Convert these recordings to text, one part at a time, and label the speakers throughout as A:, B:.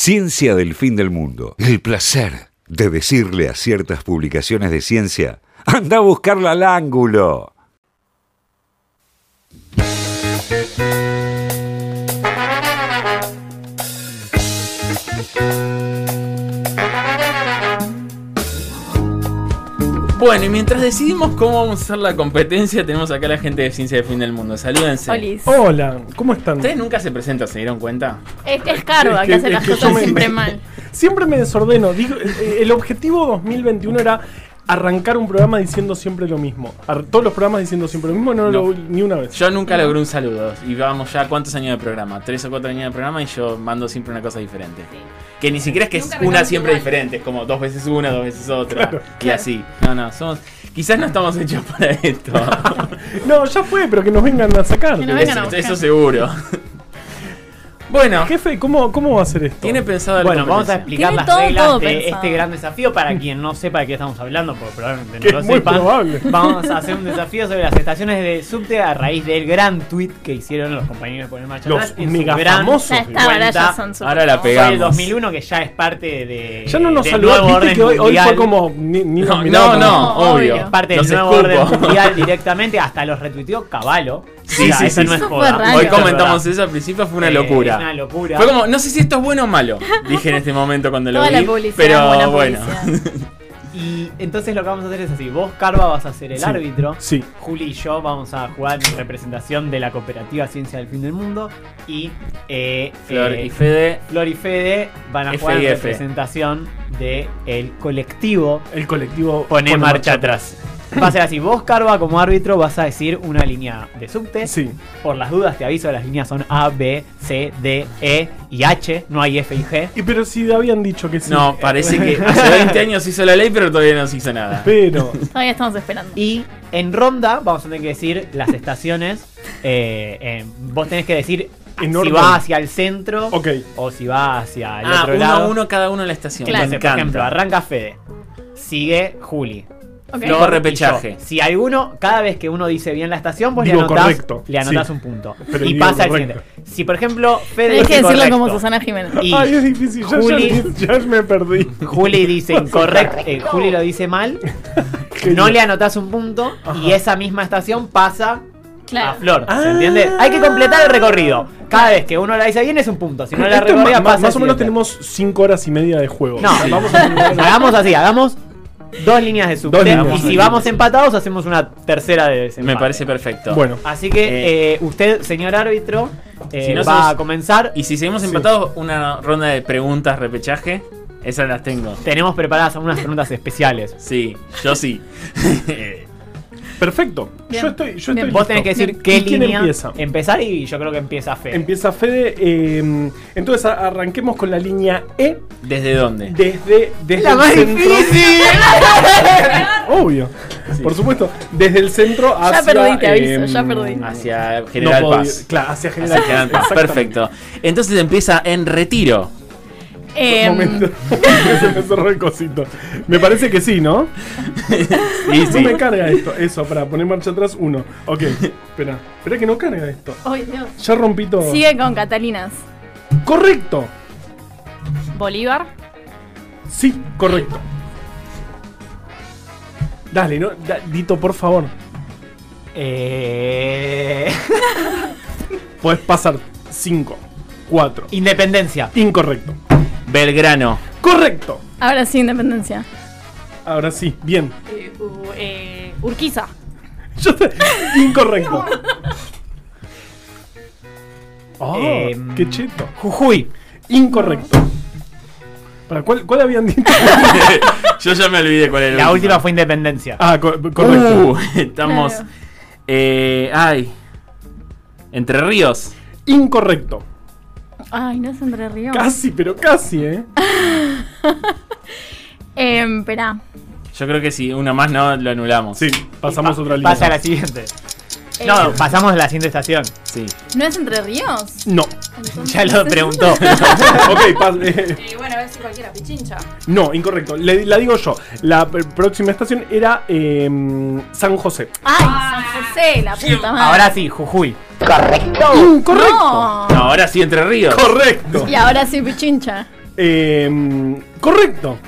A: Ciencia del fin del mundo. El placer de decirle a ciertas publicaciones de ciencia, anda a buscarla al ángulo.
B: Bueno, y mientras decidimos cómo vamos a hacer la competencia, tenemos acá a la gente de Ciencia del Fin del Mundo. Salúdense.
C: Olis.
D: Hola, ¿cómo están?
B: Ustedes nunca se presentan, ¿se dieron cuenta?
C: Es que es caro,
D: Es
C: que,
D: que-
C: hace
D: es
C: las
D: que yo
C: cosas
D: me-
C: siempre
D: me-
C: mal.
D: Siempre me desordeno. Digo, eh, el objetivo 2021 era arrancar un programa diciendo siempre lo mismo. Ar- todos los programas diciendo siempre lo mismo, no,
B: No.
D: lo ni una vez.
B: Yo nunca logré un saludo. Y vamos ya, ¿cuántos años de programa? Tres o cuatro años de programa y yo mando siempre una cosa diferente. Que ni siquiera es que es
C: Nunca
B: una
C: arrancamos
B: siempre
C: igual.
B: diferente, es como dos veces una, dos veces otra. y
C: Claro.
B: así. No, no, somos. Quizás no estamos hechos para esto.
D: No, ya fue, pero que nos vengan a sacar.
C: Que nos vengan.
B: eso,
C: a buscar.
B: eso seguro. bueno,
D: Jefe, ¿cómo, ¿cómo va a ser esto?
B: tiene pensado la
E: Bueno, vamos a
B: competencia?
E: explicar
C: Tiene
E: las
C: todo,
E: reglas
C: todo
E: de
C: pensado.
E: este gran desafío para quien no sepa de qué estamos hablando, porque probablemente
D: Que
E: no lo
D: es muy
E: sepan.
D: probable.
E: Vamos a hacer un desafío sobre las estaciones de subte a raíz del gran tweet que hicieron los compañeros de Poner Marcha
D: Los
E: Atrás en su
D: mega
E: gran
D: famosos.
C: Ya está, ahora ya son super
B: Ahora la
C: famosos.
B: pega.
E: fue el
B: Pegamos.
E: 2001 que ya es parte de
D: Ya no nos
E: del
D: saludó,
E: nuevo
D: viste
E: orden
D: que hoy, hoy fue
E: mundial.
D: como ni, ni nos
B: No,
D: miraba
B: no,
D: con-
B: no,
C: obvio.
B: obvio.
E: Es parte del
B: Los
E: nuevo
B: escupo.
E: orden mundial directamente, hasta los retuiteó Caballo.
B: Sí,
E: O sea,
B: sí,
E: eso
B: sí.
E: no es
C: Eso fue
E: joda.
C: raro.
B: Hoy
C: Claro.
B: comentamos eso al principio, fue una
E: Eh,
B: locura.
E: es una locura.
B: Fue como, no sé si esto es bueno o malo, dije en este momento cuando lo
C: Toda la
B: vi.
C: publicidad,
B: pero
C: buena
B: bueno.
C: publicidad.
E: Y entonces lo que vamos a hacer es así: vos, Carva, vas a ser el
D: Sí.
E: árbitro.
D: Sí.
E: Juli y yo vamos a jugar en representación de la cooperativa Ciencia del Fin del Mundo y eh,
B: Flor
E: eh,
B: y Fede.
E: Flor y Fede van a
B: F
E: jugar
B: y
E: en
B: F.
E: representación de el colectivo
D: El colectivo
E: Pone
D: Pone
E: marcha, atrás. Va a ser así, vos Carva como árbitro vas a decir una línea de subte.
D: Sí.
E: Por las dudas te aviso, las líneas son A, B, C, D, E y H, no hay F y G.
D: Y pero si habían dicho que sí.
B: No, parece que hace 20 años se hizo la ley, pero todavía no se hizo nada.
D: Pero
C: Todavía estamos esperando.
E: Y en ronda vamos a tener que decir las estaciones. eh, eh, vos tenés que decir
D: En
E: si
D: orden.
E: va hacia el centro
D: Ok.
E: o si va hacia el
B: Ah,
E: otro
B: uno a
E: lado.
B: uno cada uno en la estación.
C: Claro.
B: Me
E: Entonces, por ejemplo,
B: encanta.
E: arranca Fede, sigue Juli.
C: Ok.
B: Luego
E: Flor y
B: repechaje.
E: yo. Si alguno, cada vez que uno dice bien la estación, vos
D: Digo
E: le anotás,
D: correcto,
E: le anotás
D: sí.
E: un punto.
D: Pero
E: y
D: digo
E: pasa al
D: correcto.
E: siguiente. Si por ejemplo Fede
C: Tenés
E: dice
C: que decirlo
E: correcto
C: como Susana Jiménez.
E: y
D: Ay, es difícil. Ya, ya-
E: Juli-
D: ya me perdí.
E: Juli dice incorrecto, eh, Juli lo dice mal, no le anotás un punto y esa misma estación pasa a
C: Claro.
E: Flor, ¿se entiende?
D: Ah.
E: Hay que completar el recorrido. Cada vez que uno la dice bien es un punto, si no la
D: Esto es ma-
E: recorrida
D: ma-
E: pasa
D: más
E: al
D: o menos
E: siguiente.
D: tenemos 5 horas y media de juego.
E: No, vamos a- hagamos así, hagamos dos líneas de subte
D: Dos líneas.
E: y si vamos empatados hacemos una tercera de desempate.
B: Me parece perfecto.
D: Bueno,
E: Así que
B: Eh,
E: eh, usted, señor árbitro, eh,
B: Si no
E: va
B: sos-
E: a comenzar.
B: Y si seguimos empatados, una ronda de preguntas, repechaje. Esas las tengo.
E: Tenemos preparadas algunas preguntas especiales.
B: Sí, yo sí.
D: perfecto.
C: Bien.
D: Yo estoy, yo estoy
C: Bien.
E: Vos
D: listo.
E: tenés que decir
D: ¿Y
E: qué
D: quién
E: línea Em.
D: empieza?
E: empezar y yo creo que empieza Fede.
D: Empieza Fede. eh, entonces a- arranquemos con la línea E
B: ¿Desde dónde?
D: desde, desde
E: ¡La
D: el
E: más
D: centro.
E: difícil!
D: Obvio. Por supuesto. Desde el centro hacia. em,
C: perdí, te aviso, ya perdí.
D: no
B: Hacia General
D: puedo
B: Paz.
D: ir. Claro, hacia
B: Hacia
D: General
B: General
D: Paz.
B: Paz. Perfecto. Entonces empieza en retiro.
C: Em,
D: Un momento. Se me cerró el cosito. Me parece que sí, ¿no?
B: Sí,
D: No
B: sí.
D: me carga esto. Eso, para poner marcha atrás, uno. Ok, espera. Espera que no carga esto.
C: ay, Dios.
D: Ya rompí todo.
C: Sigue con Catalinas.
D: Correcto.
C: Bolívar.
D: Sí, correcto. Dale, no, da- Dito, por favor.
E: Eh,
D: Podés pasar 5, 4.
E: Independencia.
D: Incorrecto.
B: Belgrano.
D: Correcto.
C: Ahora sí, Independencia.
D: Ahora sí, bien.
C: Eh, u- eh, Urquiza.
D: Yo te- Incorrecto. Oh,
E: Em,
D: qué cheto.
E: Jujuy.
D: Incorrecto. ¿Para cuál, cuál habían dicho?
B: Yo ya me olvidé cuál era
E: La última fue Independencia.
D: Ah, co- correcto.
B: Uh, estamos.
C: Claro.
B: Eh, ay. Entre Ríos.
D: Incorrecto.
C: Ay, no es Entre Ríos.
D: Casi, pero casi, ¿eh?
C: Em, Esperá.
B: Yo creo que si una más no, lo anulamos.
D: Sí, pasamos
E: Pa-
D: otra línea.
E: Pasa a la siguiente.
C: Eh,
E: No, pasamos a la siguiente estación.
B: Sí.
C: ¿No es Entre Ríos?
D: No.
C: Entonces-
E: Ya lo preguntó.
D: ok, pas- eh,
C: Eh, bueno, a ver si cualquiera, Pichincha.
D: no, incorrecto. Le- la digo yo. La pr- próxima estación era eh, San José.
C: Ay, San José, la puta madre.
E: Ahora sí, Jujuy.
D: Incorrecto.
C: No.
B: No, ahora sí, Entre Ríos.
D: Uh, Correcto.
C: Y ahora sí, Pichincha.
D: Eh, correcto.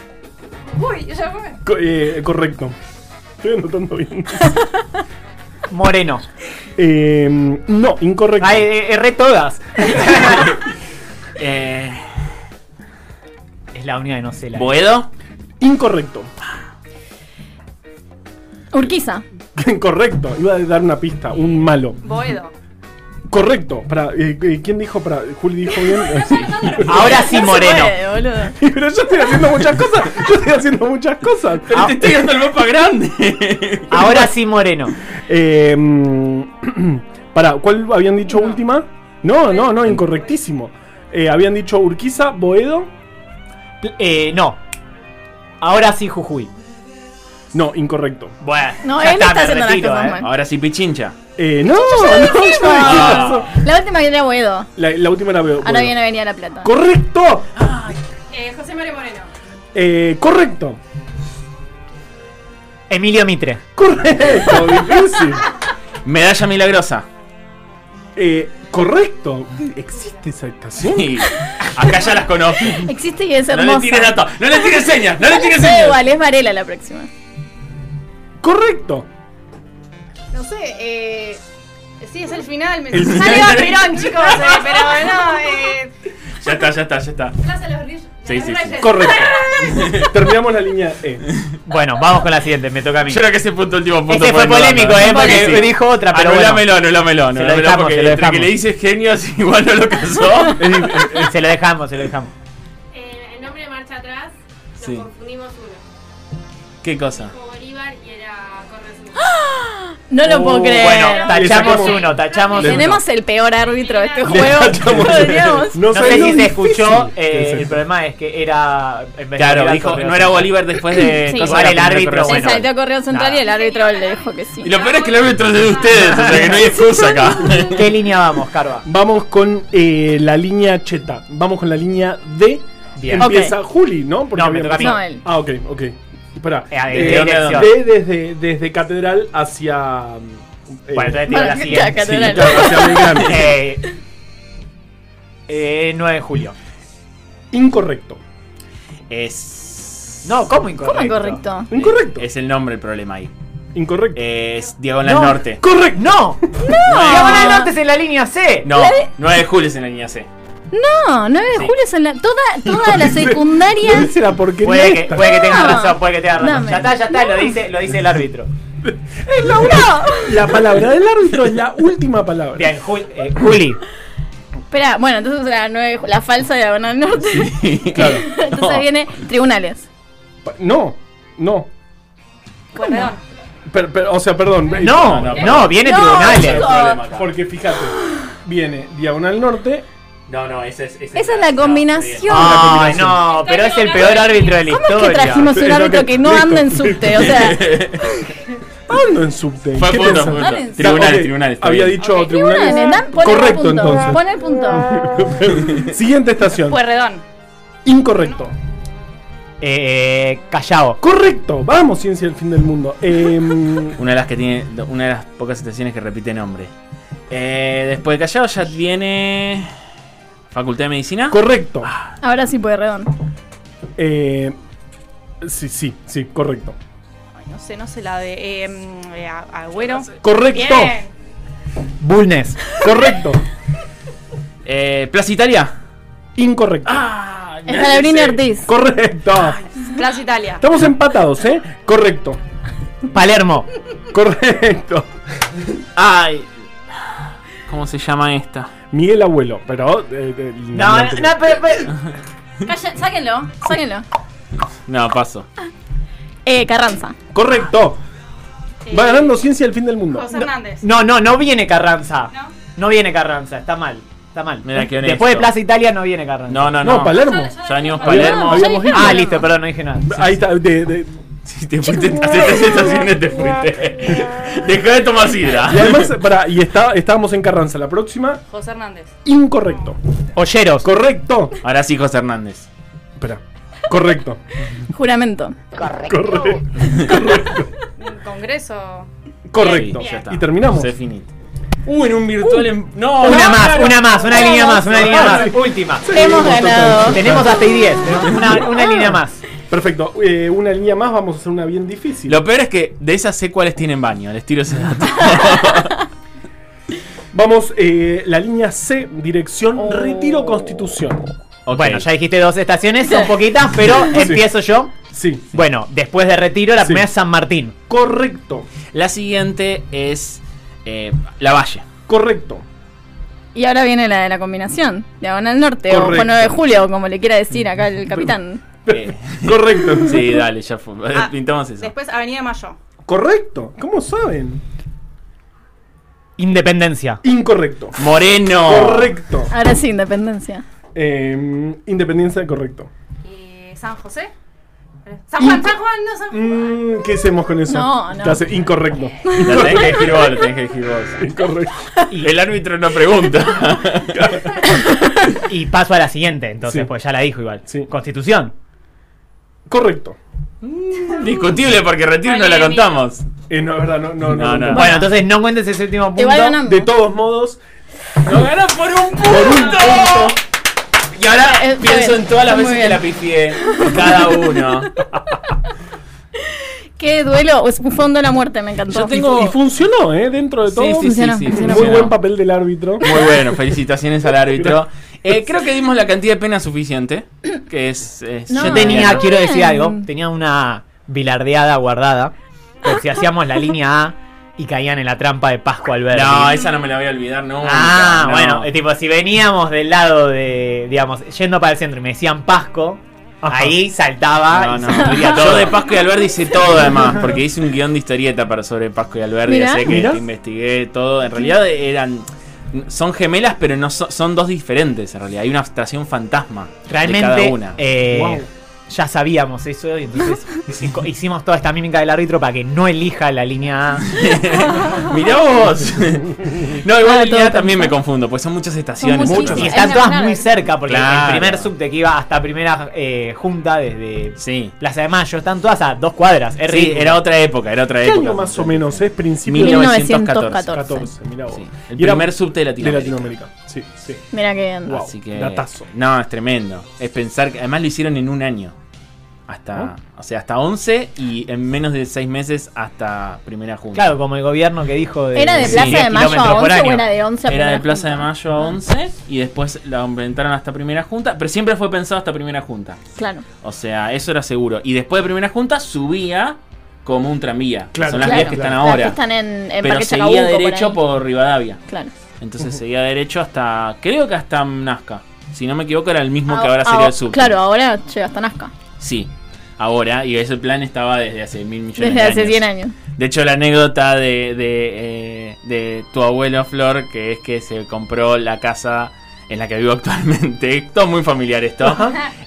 C: Uy, ya fue.
D: Co- eh, correcto. Estoy anotando bien.
E: Moreno.
D: Eh, no, incorrecto.
E: Ay, eh, erré todas.
B: Eh,
E: Es la única que no sé. La
B: ¿Boedo?
D: Incorrecto.
C: Urquiza.
D: Correcto. Iba a dar una pista. Un malo.
C: Boedo.
D: Correcto. Para, eh, ¿Quién dijo? Para, Juli dijo bien.
E: Ahora sí, Moreno.
C: boludo.
D: Pero yo estoy haciendo muchas cosas. Yo estoy haciendo muchas cosas.
B: Pero te estoy dando el mapa grande.
E: Ah, Ahora sí, Moreno.
D: Eh, para, ¿cuál habían dicho última? No, no, no, incorrectísimo. Eh, habían dicho Urquiza, Boedo.
E: Pl- Eh, no. Ahora sí, Jujuy.
D: No, incorrecto.
E: Bueno,
C: No,
E: ya
C: él está
E: me
C: haciendo las
E: retiro,
C: cosas
E: eh.
C: mal.
B: Ahora sí, Pichincha.
D: Eh, no, no, yo dije eso.
C: La última que era Boedo.
D: La, la última era Boedo.
C: Ahora viene Avenida La Plata.
D: ¡Correcto!
C: José María Moreno.
D: Eh, correcto.
E: Emilio Mitre.
D: Correcto, difícil.
B: Medalla milagrosa.
D: Eh, correcto. ¿Existe esa estación?
B: Sí. Acá ya las conozco.
C: Existe y es
B: No
C: hermosa.
B: le tires datos. No le tires señas. No le tires
C: Da
B: señas.
C: igual, es Varela la próxima.
D: Correcto.
F: No sé, eh. Sí, es el final. Me
B: El final.
F: salió Perón, chicos, eh, pero no, eh.
B: Ya está, ya está, ya está.
F: Plaza de los Ríos.
B: Sí, sí, sí.
D: Correcto. Terminamos la línea E.
E: Bueno, vamos con la siguiente, me toca a mí.
B: Yo creo que ese punto último punto
E: Ese fue
B: no darlo,
E: polémico, eh, porque
B: Sí.
E: dijo otra, pero bueno.
B: Anulámelo, anulámelo,
E: lo
B: anulámelo,
E: dejamos,
B: porque
E: se lo
B: entre que
E: dejamos.
B: le dices genios igual no lo casó.
E: Se lo dejamos, se lo dejamos.
F: Eh, el nombre de marcha atrás, nos
B: Sí.
F: confundimos uno.
B: ¿Qué cosa?
F: Como Bolívar y era Correos.
C: No lo puedo
E: Uh,
C: creer.
E: Bueno, tachamos
D: sacamos-
E: uno, tachamos
B: Le-
E: uno.
C: Eh, Tenemos el peor árbitro de este
F: Le
C: juego.
D: tachamos-
C: Podríamos-
E: No
D: sabés
E: sé si
D: lo
E: se
D: difícil
E: escuchó,
D: que es
E: eh, el
D: esto.
E: problema es que era... en vez de
B: Claro,
E: Bolívar,
B: dijo,
E: Correa.
B: no era Bolívar después de...
C: Sí.
B: cosa
E: Igual
B: de
E: el
B: la
E: árbitro,
B: primera, pero
E: bueno.
B: bueno.
C: Se saltó a Correo Central y el
F: Nada.
C: árbitro le dijo que sí.
B: Y lo peor es que el árbitro es de ustedes, o sea que no hay excusa acá.
E: ¿Qué línea vamos, Carva?
D: Vamos con eh, la línea cheta. Vamos con la línea D.
E: Bien.
D: Empieza Juli, ¿no? Porque
E: No, me
D: había
E: toca a mí.
D: empezado-
C: No, él.
D: Ah, ok, ok. Espera.
E: Eh, a ver, ¿qué dirección?
D: D desde, desde Catedral hacia. eh,
E: Bueno, entonces tiro
C: Bueno,
E: la
C: ya,
E: siguiente.
D: sí,
C: Catedral.
D: claro, hacia Belgrano.
E: Eh, eh, 9 de julio.
D: Incorrecto.
B: Es...
E: No, ¿cómo incorrecto?
C: ¿Cómo incorrecto?
E: Eh,
D: Incorrecto.
B: Es el nombre el problema ahí.
D: Incorrecto.
B: Es Diagonal
E: No.
B: Norte.
D: Correcto.
E: ¡No! ¡No! el norte es en la línea C!
B: No, 9 de julio es en la línea C.
C: No, 9 de
B: Sí.
C: julio es en la. Toda, toda la
D: No
C: secundaria.
D: dice la porquería
E: Puede que,
D: esta.
E: puede que
C: No.
E: tengas razón, puede que tengas razón.
C: Dame.
E: Ya está, ya está, lo, dice, lo dice el árbitro.
D: La palabra del árbitro es la última palabra.
E: Bien, Jul- eh, Juli.
C: Espera, bueno, entonces la, 9 la falsa diagonal norte.
D: Claro.
C: entonces
B: No.
C: viene tribunales.
D: Pa- No, no.
F: Corredor.
D: Per- per- o sea, perdón. eh,
E: No,
B: no,
E: no,
B: no.
E: viene
C: No,
E: tribunales.
C: chicos.
B: problema acá.
D: Porque fíjate, viene Diagonal Norte.
B: No, no, esa es...
C: Esa es la
B: no,
C: combinación.
E: Ay, Ah, no, pero es el peor árbitro de la
C: ¿Cómo es que
E: historia.
C: trajimos
D: Sí,
C: un
D: no,
C: árbitro
D: que-
C: que no
D: listo.
C: anda en subte? O sea,
D: Ando en subte.
B: Fue
D: ¿Qué
B: punto,
D: pensás?
B: punto.
C: Ah, en-
B: Tribunales,
D: Ok,
B: tribunales. está
D: Había
B: bien.
D: dicho
F: Ok,
D: tribunales.
C: tribunales, dan- pon
D: Correcto,
C: el punto.
D: entonces.
C: Pon el punto.
D: Siguiente estación.
F: Puerredón.
D: Incorrecto.
E: Eh, Callao.
D: Correcto. Vamos, ciencia del fin del mundo. Em,
B: Una de las que tiene. Una de las pocas estaciones que repite nombre. Eh, después de Callao ya viene. Facultad de Medicina.
D: correcto.
C: Ahora sí, Pueyrredón.
D: Eh, sí, sí, sí, correcto.
F: Ay, no sé, no sé la de. Eh, mm, eh, a- Agüero.
D: Correcto.
F: Bien.
E: Bulnes.
D: Correcto.
B: Eh, Plaza Italia.
D: Incorrecto.
B: Ah,
C: Escalabrini Ortiz.
D: Correcto.
F: Plaza Italia.
D: Estamos empatados, ¿eh? Correcto.
E: Palermo.
D: Correcto.
B: Ay. ¿Cómo se llama esta?
D: Miguel Abuelo, pero... eh, eh,
E: No, no, no, pero- pero-
C: Calla- sáquenlo, sáquenlo.
B: No, paso.
C: Eh, Carranza.
D: Correcto. Va ganando ciencia del fin del mundo.
F: José Hernández.
E: no, no, no viene Carranza.
F: ¿No?
E: No viene Carranza, está mal. Está mal.
B: Mira qué honesto.
E: Después de Plaza Italia no viene Carranza.
B: No, no,
D: No,
B: Ah, no.
D: Palermo.
B: Ya venimos
D: Palermo.
B: Palermo.
C: ya
D: habíamos
C: dijeron.
E: Ah, listo, perdón, no dije nada.
D: Ahí está. de- de-
B: Si te fuiste a hacer tres estaciones, te fuiste. Dejá de tomar sidra.
D: Y además, para, y está, estábamos en Carranza. La próxima,
F: José Hernández.
D: incorrecto.
E: Olleros.
D: Correcto.
B: Ahora sí, José Hernández.
D: Espera. Correcto.
C: Juramento.
D: Correcto.
F: Un Congreso.
D: Correcto.
B: Sí, ya está.
D: Y terminamos.
B: Se finito. Uh, en un virtual. en- No,
E: Una
B: no,
E: más,
B: no,
E: una más, una línea más, una línea más. Última.
C: Hemos ganado.
E: Tenemos hasta ahí 10. tenemos Una, una línea más.
D: Perfecto. eh, una línea más, vamos a hacer una bien difícil.
B: Lo peor es que de esas sé cuáles tienen baño. Les tiro ese dato.
D: Vamos, eh, la línea C, dirección
E: Oh.
D: Retiro Constitución.
B: Ok.
E: Bueno, ya dijiste dos estaciones, son poquitas, pero empiezo yo.
D: Sí,
E: Bueno, después de retiro, la
D: Sí.
E: primera es San Martín.
D: correcto,
B: La siguiente es eh, La Valle.
D: correcto.
C: Y ahora viene la de la combinación. Diagonal Norte o
D: Correcto.
C: 9 de Julio, o como le quiera decir acá el capitán.
B: Eh,
D: Correcto.
B: sí, dale, ya fue. Pintamos eso.
F: Después Avenida Mayo.
D: Correcto. ¿Cómo saben?
E: Independencia.
D: Incorrecto.
B: Moreno.
D: Correcto.
C: Ahora sí, Independencia.
D: Eh, independencia, correcto.
F: Eh, San José. San Juan, San Juan, no San Juan.
D: Mm, ¿Qué hacemos con eso?
C: No, no.
D: Te hace incorrecto.
B: La tenés que decir vos, la tenés que decir vos.
D: Incorrecto.
B: El árbitro no pregunta.
E: Y paso a la siguiente, entonces,
D: Sí.
E: pues ya la dijo igual.
D: Sí.
E: Constitución.
D: Correcto.
B: Discutible porque retiro no la
F: Vale,
B: contamos.
D: Eh, no, es verdad, no, no,
B: No,
D: no.
B: no.
E: Bueno, entonces no cuentes ese último punto.
C: Igual ganamos.
D: De todos modos,
B: ¡Lo ganas por un punto! Y ahora
C: Eh, fue
B: pienso
C: bien,
B: en todas las
C: fue
B: veces
C: muy
B: que la pifié. Cada uno.
C: Qué duelo. Us- Fondo de la muerte, me encantó.
B: Yo tengo.
D: y funcionó, ¿eh? Dentro de todo.
B: Sí, sí, sí,
C: Funcionó,
B: sí,
C: funcionó.
D: Muy
B: funcionó.
D: buen papel del árbitro.
B: Muy bueno, felicitaciones al árbitro. Eh, creo que dimos la cantidad de pena suficiente. Que es. es-
C: No,
E: Yo tenía,
C: bien.
E: quiero decir algo, tenía una bilardeada guardada. Por si hacíamos la línea A y caían en la trampa de Pascua Alberti.
B: No, esa no me la voy a olvidar nunca.
E: Ah,
B: no.
E: bueno, es tipo, si veníamos del lado de, digamos, yendo para el centro y me decían Pasco,
D: Ajá.
E: ahí
B: No,
E: saltaba y
B: no.
E: se cumplía
B: Yo
E: todo.
B: de Pasco y Alberdi hice todo además, porque hice un guión de historieta para sobre Pasco y Alberdi,
C: Mirá.
B: así que
D: Mirá.
B: investigué todo. En realidad eran son gemelas, pero no son, son dos diferentes en realidad. Hay una abstracción fantasma de cada
E: Realmente,
B: una.
E: eh,
D: Wow.
E: ya sabíamos eso y entonces hico- hicimos toda esta mímica del árbitro para que no elija la línea A.
B: Mirá vos. no,
C: Ah,
B: igual
C: todo
B: ya también
C: tan-
B: me confundo, pues son muchas estaciones.
C: Son
B: muchas
C: muchísimas.
E: Y
C: Es
E: están
C: la
E: todas
C: primera
E: muy
C: vez.
E: cerca porque
B: Claro.
E: el primer subte que iba hasta primera eh, junta desde
B: Sí.
E: Plaza de Mayo están todas a dos cuadras. Es
B: Sí,
E: ridículo.
B: era otra época, era otra
D: ¿Qué
B: época.
D: año más o menos es? Principio
B: 1914.
D: 14, mirá vos.
B: Sí, El
D: Y era
B: primer subte de
D: de
B: Latinoamérica.
D: Latinoamérica. Sí, sí.
C: Mira que bien.
D: Wow.
B: Así que.
D: datazo.
B: No, es tremendo. Es pensar que. Además lo hicieron en un año. Hasta. O sea, hasta 11 y en menos de 6 meses hasta primera junta.
E: Claro, como el gobierno que dijo de
C: ¿Era de
B: Sí,
C: Plaza de
E: 10
C: Mayo a
E: kilómetros por
C: 11 o
E: año.
C: era de 11 a
B: Era de
C: primera
B: Plaza de
C: junta? Ah.
B: Mayo a 11 y después la aumentaron hasta primera junta. Pero siempre fue pensado hasta primera junta.
C: Claro.
B: O sea, eso era seguro. Y después de primera junta subía como un tranvía.
D: Claro,
B: Son las
C: claro.
B: vías que están
C: Las que
B: ahora.
C: están en, en
B: pero
C: Parque
B: seguía
C: Chacabuco, por
B: derecho
C: ahí.
B: por Rivadavia.
C: Claro.
B: Entonces seguía derecho hasta. Creo que hasta Nazca. Si no me equivoco, era el mismo que
C: Ah,
B: ahora sería
C: ah,
B: el sur.
C: Claro, ahora llega hasta Nazca.
B: Sí. Ahora, y ese plan estaba desde hace mil millones
C: Desde
B: de
C: hace
B: años.
C: 100 años.
B: De hecho, la anécdota de, de, eh, de tu abuelo Flor, que es que se compró la casa en la que vivo actualmente, todo muy familiar esto,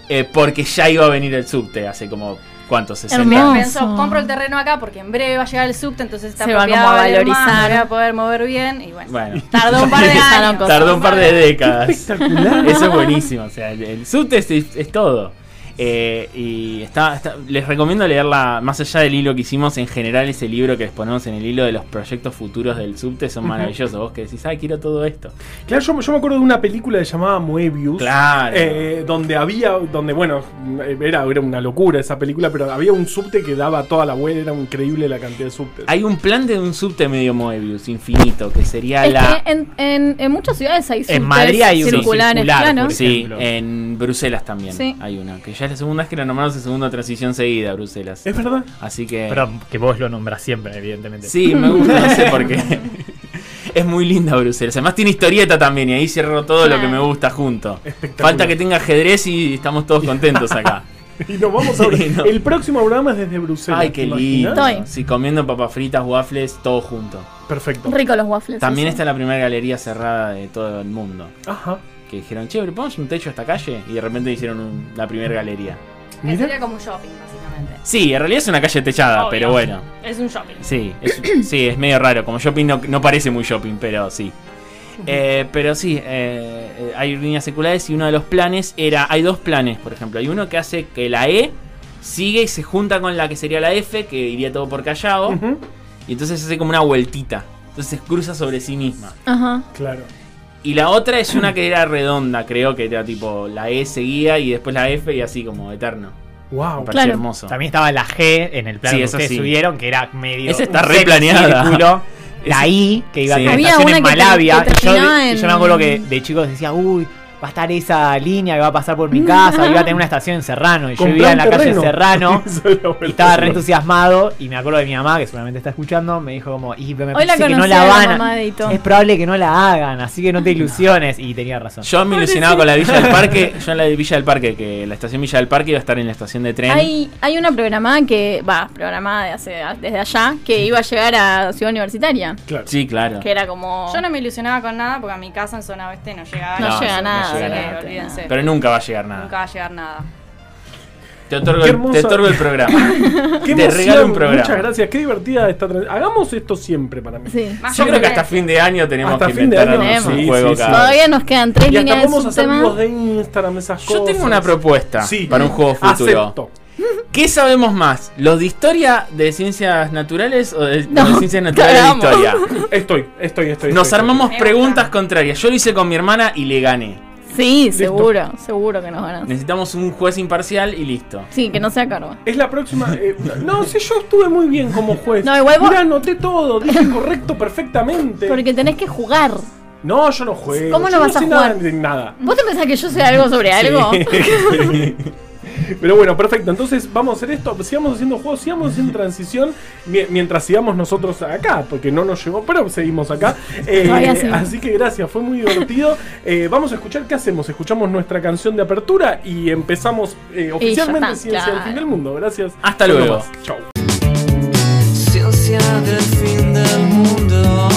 B: eh, porque ya iba a venir el subte hace como, ¿cuántos? 60
C: Hermoso.
B: años.
F: Pensó, compro el terreno acá porque en breve va a llegar el subte, entonces está
C: Se va
F: apropiado
C: como a
F: valer
C: valorizar.
F: más, me voy a poder mover bien y bueno.
B: Bueno,
F: Tardó un par de
C: Empezaron
F: años.
C: con-
B: tardó un par de décadas.
D: Espectacular.
B: Eso es buenísimo. O sea, el, el subte es, es- es todo. Eh, y está, está- les recomiendo leerla, más allá del hilo que hicimos, en general ese libro que les ponemos en el hilo de los proyectos futuros del subte son maravillosos. Vos que decís, ah, quiero todo esto.
D: Claro, yo, yo me acuerdo de una película llamada Moebius.
B: Claro.
D: eh, donde había, donde bueno, era, era una locura esa película, pero había un subte que daba toda la vuelta, era increíble la cantidad de subtes.
B: Hay un plan de un subte medio Moebius infinito, que sería
C: Es
B: la...
C: que en, en, en muchas ciudades hay subtes
E: Madrid hay uno
C: circulares,
E: circular,
C: claro.
E: por
B: Sí,
E: ejemplo.
B: en Bruselas también
C: Sí.
B: hay una, que ya es la segunda vez que la nombramos en segunda transición seguida, Bruselas.
D: ¿Es verdad?
B: Así que...
E: Pero que vos lo nombras siempre, evidentemente.
B: Sí, me gusta, no sé por qué. Es muy linda Bruselas. Además tiene historieta también y ahí cierro todo lo que me gusta junto.
D: Espectacular.
B: Falta que tenga ajedrez y estamos todos contentos acá.
D: Y nos vamos a.
B: Sí, no.
D: El próximo programa es desde Bruselas.
B: Ay, qué
D: ¿te
B: lindo.
D: imaginas?
C: Estoy.
B: Sí, comiendo papas fritas, waffles, todo junto.
D: Perfecto.
C: Rico los waffles.
B: También
C: sí,
B: está la primera galería cerrada de todo el mundo.
D: Ajá.
B: Que dijeron, che, pero ponemos un techo a esta calle y de repente hicieron un- la primera galería.
D: Mira.
F: Sería como un shopping, básicamente.
B: Sí, en realidad es una calle techada,
F: Obvio.
B: pero bueno.
F: Es un shopping.
B: Sí, es, sí, es medio raro. Como shopping no, no parece muy shopping, pero sí. Eh, pero sí, eh, eh, hay líneas seculares y uno de los planes era. Hay dos planes, por ejemplo. Hay uno que hace que la E sigue y se junta con la que sería la F, que iría todo por Callao.
D: Ujú.
B: Y entonces hace como una vueltita. Entonces cruza sobre sí misma.
C: Ajá.
D: Claro.
B: Y la otra es una que era redonda, creo que era tipo la E seguía y después la F y así como eterno.
D: Wow.
B: Me pareció
C: Claro.
B: hermoso.
E: También estaba la G en el plano
B: Sí,
E: que
B: eso
E: ustedes
B: sí.
E: subieron, que era medio.
B: Esa está
E: un
B: re planeada.
E: semicírculo. La
B: Esa-
E: I, que iba
B: Sí.
E: a
B: Había
E: estar
C: una
E: en
C: que te-
E: Malavia.
C: que
E: y yo,
C: terminaba
E: y yo
C: en-
E: me acuerdo que de chicos decía, uy, va a estar esa línea que va a pasar por mi casa, y va a tener una estación en Serrano. Y yo
D: Comprá
E: vivía
D: un
E: en la calle
D: terreno.
E: Serrano.
D: Eso es lo
E: Y
D: bueno.
E: estaba re entusiasmado y me acuerdo de mi mamá, que seguramente está escuchando, me dijo como, y pero me
C: Hoy la
E: parece que no
C: conocí
E: la
C: a la
E: van
C: mamá de Ito.
E: a... Es probable que no la hagan, así que no te ilusiones. Y tenía razón.
B: Yo me ilusionaba con la Villa del Parque. Yo en la de Villa del Parque, que la estación Villa del Parque iba a estar en la estación de tren.
C: Hay, hay una programada que, va, programada de hace, desde allá, que iba a llegar a Ciudad Universitaria.
D: Claro.
B: Sí, claro.
C: Que era como...
F: Yo no me ilusionaba con nada porque a mi casa en zona oeste no llegaba
C: No llega
F: eso,
C: nada,
F: así
B: llega
F: que
B: nada.
F: olvídense.
B: Pero nunca va a llegar nada.
F: Nunca va a llegar nada.
B: Te, otorgo
D: Qué
B: el,
D: hermosa-
B: te otorgo el programa.
D: Qué
B: Te regalo un programa.
D: Muchas gracias. Qué divertida esta tran- Hagamos esto siempre para mí.
C: Sí.
F: Más
B: Yo
F: o
B: creo que
F: menos.
B: hasta fin de año tenemos
D: Hasta
B: que
D: fin de
B: inventar
D: año
B: un
C: tenemos.
B: juego
D: Sí, sí,
B: cada-
C: Todavía nos quedan tres
D: Y
C: líneas
D: hasta
C: de
D: podemos hacer
C: subtema.
D: vivos de Instagram, esas
B: Yo
D: cosas.
B: tengo una propuesta
D: Sí.
B: para un juego futuro.
D: Acepto.
B: ¿Qué sabemos más? ¿Los de historia de ciencias naturales o de,
C: No,
B: de ciencias naturales de
C: cagamos.
B: historia?
D: Estoy, estoy, estoy.
B: Nos
D: estoy,
B: armamos
F: Me gusta.
B: preguntas contrarias. Yo lo hice con mi hermana y le gané.
C: Sí, seguro, seguro que nos ganan.
B: Necesitamos un juez imparcial y listo.
C: Sí, que no sea cargo.
D: estoy. Es la próxima. eh, no, si yo estuve muy bien como juez.
C: No, igual vos-
D: Mirá, anoté todo, dije correcto perfectamente.
C: Porque tenés que jugar.
D: No, yo no juego.
C: ¿Cómo no
D: yo
C: vas a
D: sé
C: jugar?
D: Nada, de nada.
C: ¿Vos te pensás que yo sé algo sobre algo?
D: Pero bueno, perfecto. Entonces vamos a hacer esto. Sigamos haciendo juegos, sigamos haciendo transición mi- mientras sigamos nosotros acá, porque no nos llegó, pero seguimos acá. Eh,
C: Todavía seguimos.
D: así que gracias, fue muy divertido. Eh, vamos a escuchar qué hacemos. Escuchamos nuestra canción de apertura y empezamos eh, oficialmente
C: está,
D: Ciencia del
C: claro.
D: Fin del Mundo. Gracias.
B: Hasta
D: Nos
B: luego.
D: vemos. Chau.
G: Ciencia del fin del mundo.